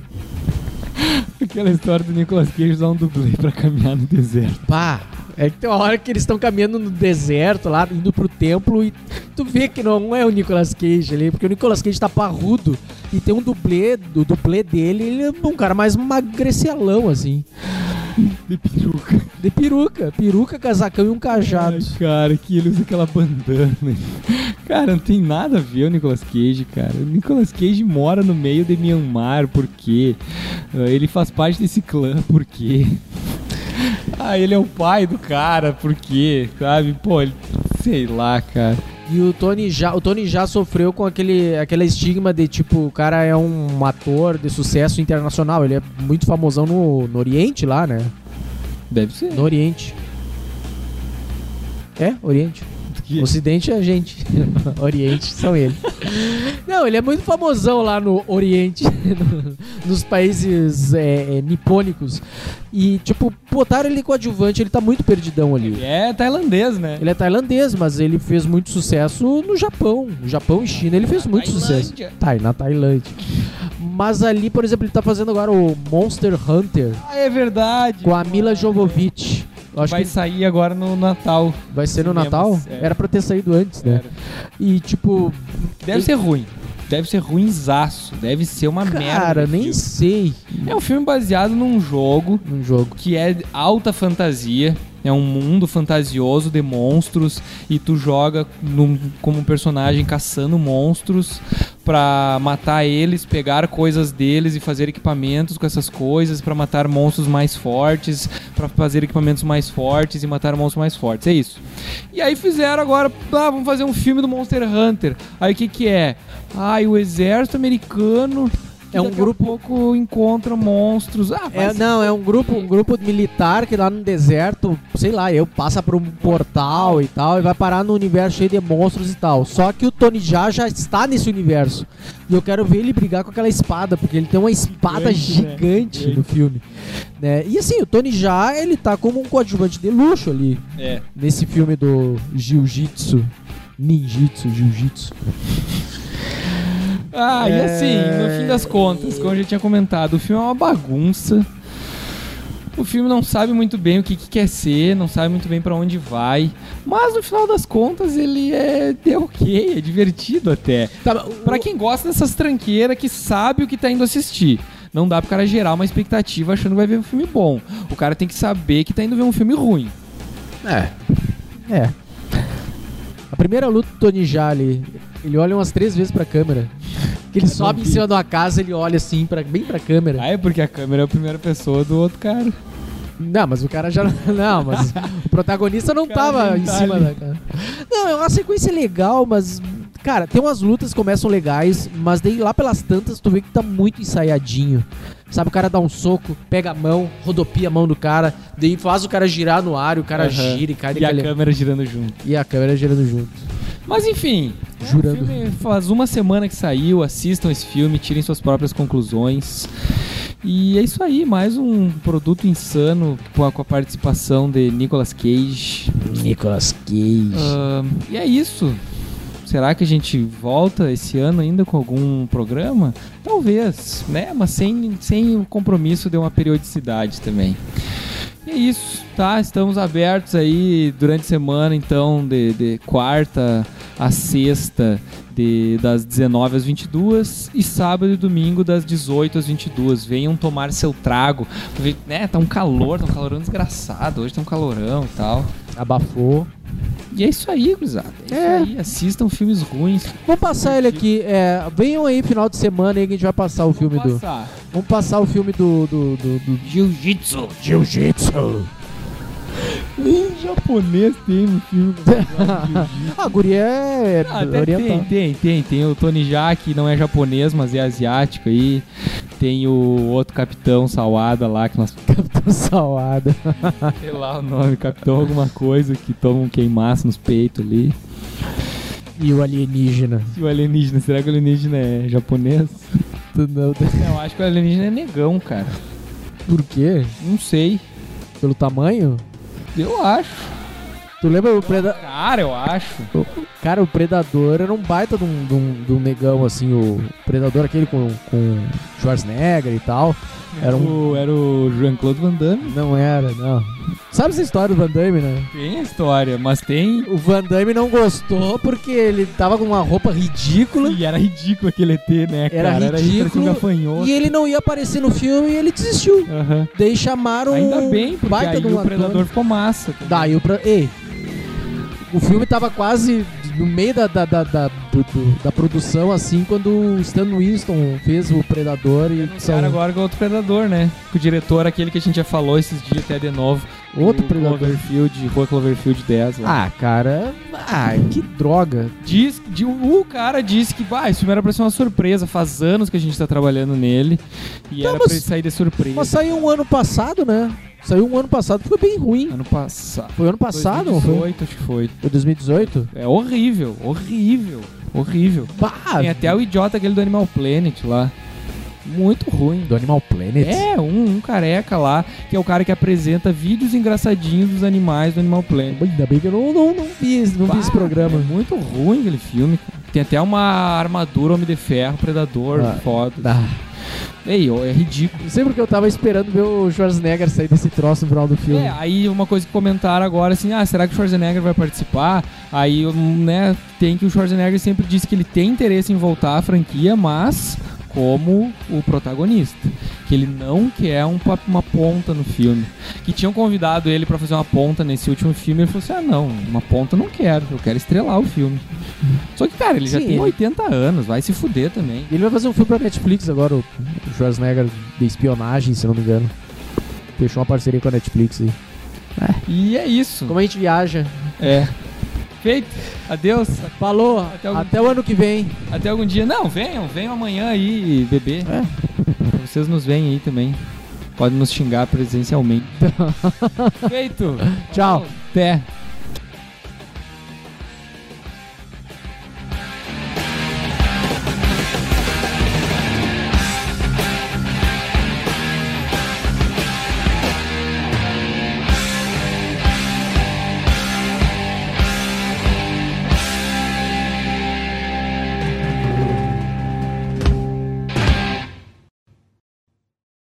Aquela história do Nicolas Cage usar um dublê pra caminhar no deserto.
Pá, é que tem uma hora que eles estão caminhando no deserto lá, indo pro templo e tu vê que não é o Nicolas Cage ali, porque o Nicolas Cage tá parrudo e tem um dublê, do dublê dele, ele é um cara mais magrecelão assim,
De peruca.
de peruca, peruca, casacão e um cajado.
Ai, cara, que ele usa aquela bandana. Cara, não tem nada a ver o Nicolas Cage, cara. O Nicolas Cage mora no meio de Myanmar, por quê? Ah, Ele faz parte desse clã, por quê? Ah, ele é o pai do cara, por quê? Sabe? Pô, ele... sei lá, cara.
E o Tony já, o Tony já sofreu com aquele, aquele estigma de tipo, o cara é um ator de sucesso internacional, ele é muito famosão no, no Oriente lá, né?
Deve ser.
No Oriente. É, Oriente.
Que-
Ocidente é a gente. Oriente são eles. Não, ele é muito famosão lá no Oriente, no- nos países é, é, nipônicos. E, tipo, botaram ele coadjuvante, ele tá muito perdidão ali.
Ele é tailandês, né?
Ele é tailandês, mas ele fez muito sucesso no Japão. O Japão e China, ele fez é muito sucesso. Tá, e na Tailândia. Mas ali, por exemplo, ele tá fazendo agora o Monster Hunter
Ah, é verdade.
com a Mila Jovovich. Eu acho
Vai
que
sair agora no Natal.
vai ser no
cinemas,
Natal.
é.
Era pra ter saído antes, né?
Era.
E tipo,
Deve ser ruim. Deve ser ruinzaço. Deve ser uma merda.
cara,
de
nem
filme.
sei
É um filme baseado num jogo
num jogo.
que é alta fantasia. É um mundo fantasioso de monstros e tu joga num- como um personagem caçando monstros pra matar eles, pegar coisas deles e fazer equipamentos com essas coisas pra matar monstros mais fortes, pra fazer equipamentos mais fortes e matar monstros mais fortes. É isso. E aí fizeram agora, ah, vamos fazer um filme do Monster Hunter. Aí o que que é? Ah, e o exército americano que
É um
daqui
grupo-
a pouco encontra monstros. Ah,
É,
vai se
não, é um grupo, um grupo militar que lá no deserto, sei lá, eu passa por um portal e tal e vai parar no universo cheio de monstros e tal. Só que o Tony Jaa já está nesse universo. E eu quero ver ele brigar com aquela espada, porque ele tem uma espada
Gigante, né?
gigante
Gigante.
no filme. Né? E assim, o Tony Jaa, ele tá como um coadjuvante de luxo ali
É.
nesse filme do jiu-jitsu, ninjitsu, jiu-jitsu.
Ah, e
É.
assim, no fim das contas, como eu já tinha comentado, o filme é uma bagunça. O filme não sabe muito bem o que, que quer ser, não sabe muito bem pra onde vai. Mas no final das contas, ele é, é ok, é divertido até.
Tá,
Pra quem gosta dessas tranqueiras, que sabe o que tá indo assistir. Não dá pro cara gerar uma expectativa achando que vai ver um filme bom. O cara tem que saber que tá indo ver um filme ruim.
É. É. A primeira luta do Tony Jaa ali, ele olha umas três vezes pra câmera. Que ele sobe em
vi.
cima de uma casa, ele olha assim, pra, bem pra câmera.
Ah, é porque a câmera é a primeira pessoa do outro cara.
Não, mas o cara já. Não, mas o protagonista não
O cara já
tava em
tá
cima
ali.
da cara. Não, é uma sequência legal, mas. Cara, tem umas lutas que começam legais, mas daí lá pelas tantas tu vê que tá muito ensaiadinho. Sabe, o cara dá um soco, pega a mão, rodopia a mão do cara, daí faz o cara girar no ar, e o cara
Aham.
gira e cai
E a
daquele-
câmera girando junto.
e a câmera girando junto.
Mas enfim, é um
Jurando.
filme faz uma semana que saiu, assistam esse filme, tirem suas próprias conclusões. E é isso aí, mais um produto insano com a, com a participação de Nicolas Cage.
Nicolas Cage.
Ah, e é isso. Será que a gente volta esse ano ainda com algum programa? Talvez, né? Mas sem, sem o compromisso de uma periodicidade também. E é isso, tá? Estamos abertos aí durante a semana, então, de, de quarta a sexta, de, das 19 às 22 e sábado e domingo das 18 às 22. Venham tomar seu trago. Né? Tá um calor, tá um calorão desgraçado. Hoje tá um calorão e tal.
Abafou.
E é isso aí, gurizada. É,
É.
isso aí. Assistam filmes ruins.
Vamos passar ele aqui. É, venham aí final de semana aí que a gente vai passar o filme do.
Passar.
Vamos passar o filme do. do, do, do
Jiu-Jitsu.
Jiu-Jitsu.
Nem japonês tem um filme.
a guria é, é
Ah, até tem,
oriental.
tem, tem. Tem o Tony Jaa, que não é japonês, mas é asiático aí. Tem o outro Capitão Salada lá, que nós... tá,
Capitão Tá Salada.
Sei lá o nome, Capitão alguma coisa, que toma um queimaço nos peitos ali.
E o alienígena.
E o alienígena, será que o alienígena é japonês?
Tu não-
Eu acho que o alienígena é negão, cara.
Por quê?
Não sei.
Pelo tamanho?
Eu acho.
Tu lembra o Predador?
Cara, eu acho.
Cara, o Predador era um baita de um, de um- de um negão, assim, o Predador aquele com, com Schwarzenegger e tal. Era um...
O, era o Jean-Claude Van Damme.
Não era, não. Sabe essa história do Van Damme, né?
Tem a história, mas tem.
O Van Damme não gostou porque ele tava com uma roupa ridícula
E era ridículo aquele ET, né,
Era
cara?
ridículo
Era gafanhoto.
e ele não ia aparecer no filme e ele desistiu.
Aham.
Daí chamaram
Ainda
um
bem, porque
baita
aí
de um
o
ator.
Predador ficou massa. tá ligado?
Daí o pra... Ei, o filme tava quase no meio da, da, da, da, do- do- da produção, assim, quando o Stan Winston fez o Predador e são
Anunciaram um agora com outro Predador, né? O diretor, aquele que a gente já falou esses dias até de novo.
outro
o
Predador.
Cloverfield, Rua Cloverfield 10. Lá.
Ah, cara, ah, que droga.
Diz, de, o cara disse que bah, esse filme era pra ser uma surpresa. Faz anos que a gente tá trabalhando nele. E
Tá,
era
mas-
pra ele sair de surpresa.
Mas saiu um ano passado, né? Saiu um ano passado, ficou bem ruim.
Ano passado.
Foi ano passado, não foi?
2018, acho que foi.
Foi 2018?
É horrível, horrível, horrível.
Bah,
Tem até o idiota aquele do Animal Planet lá. Muito ruim.
do Animal Planet.
É, um, um careca lá, que é o cara que apresenta vídeos engraçadinhos dos animais do Animal Planet.
Ainda bem que eu não, não, não vi, esse- não vi esse
Bah,
programa.
É muito ruim aquele filme. cara. Tem até uma armadura Homem de Ferro, Predador,
Ah,
foda.
Ah.
Ei, ó, é ridículo.
Não sei porque eu tava esperando ver o Schwarzenegger sair desse troço no final do filme.
É, aí uma coisa que comentaram agora, assim, ah, será que o Schwarzenegger vai participar? Aí, hum, né, tem que o Schwarzenegger sempre disse que ele tem interesse em voltar à franquia, mas como o protagonista. Que ele não quer um pa- uma ponta no filme. Que tinham convidado ele pra fazer uma ponta nesse último filme, ele falou assim, ah, não, uma ponta eu não quero, eu quero estrelar o filme. Só que, cara, ele já
Sim,
tem
ele-
80 anos, vai se fuder também.
Ele vai fazer um filme pra Netflix agora, o o Schwarzenegger de espionagem, se não me engano. Fechou uma parceria com a Netflix aí.
E é isso.
Como a gente viaja.
É. Feito. Adeus.
Falou,
Até
até,
algum-
o ano que vem.
Até algum dia. Não, venham, venham amanhã aí beber.
É.
Pra Vocês nos veem aí também. Podem nos xingar presencialmente. Feito.
Tchau.
Até.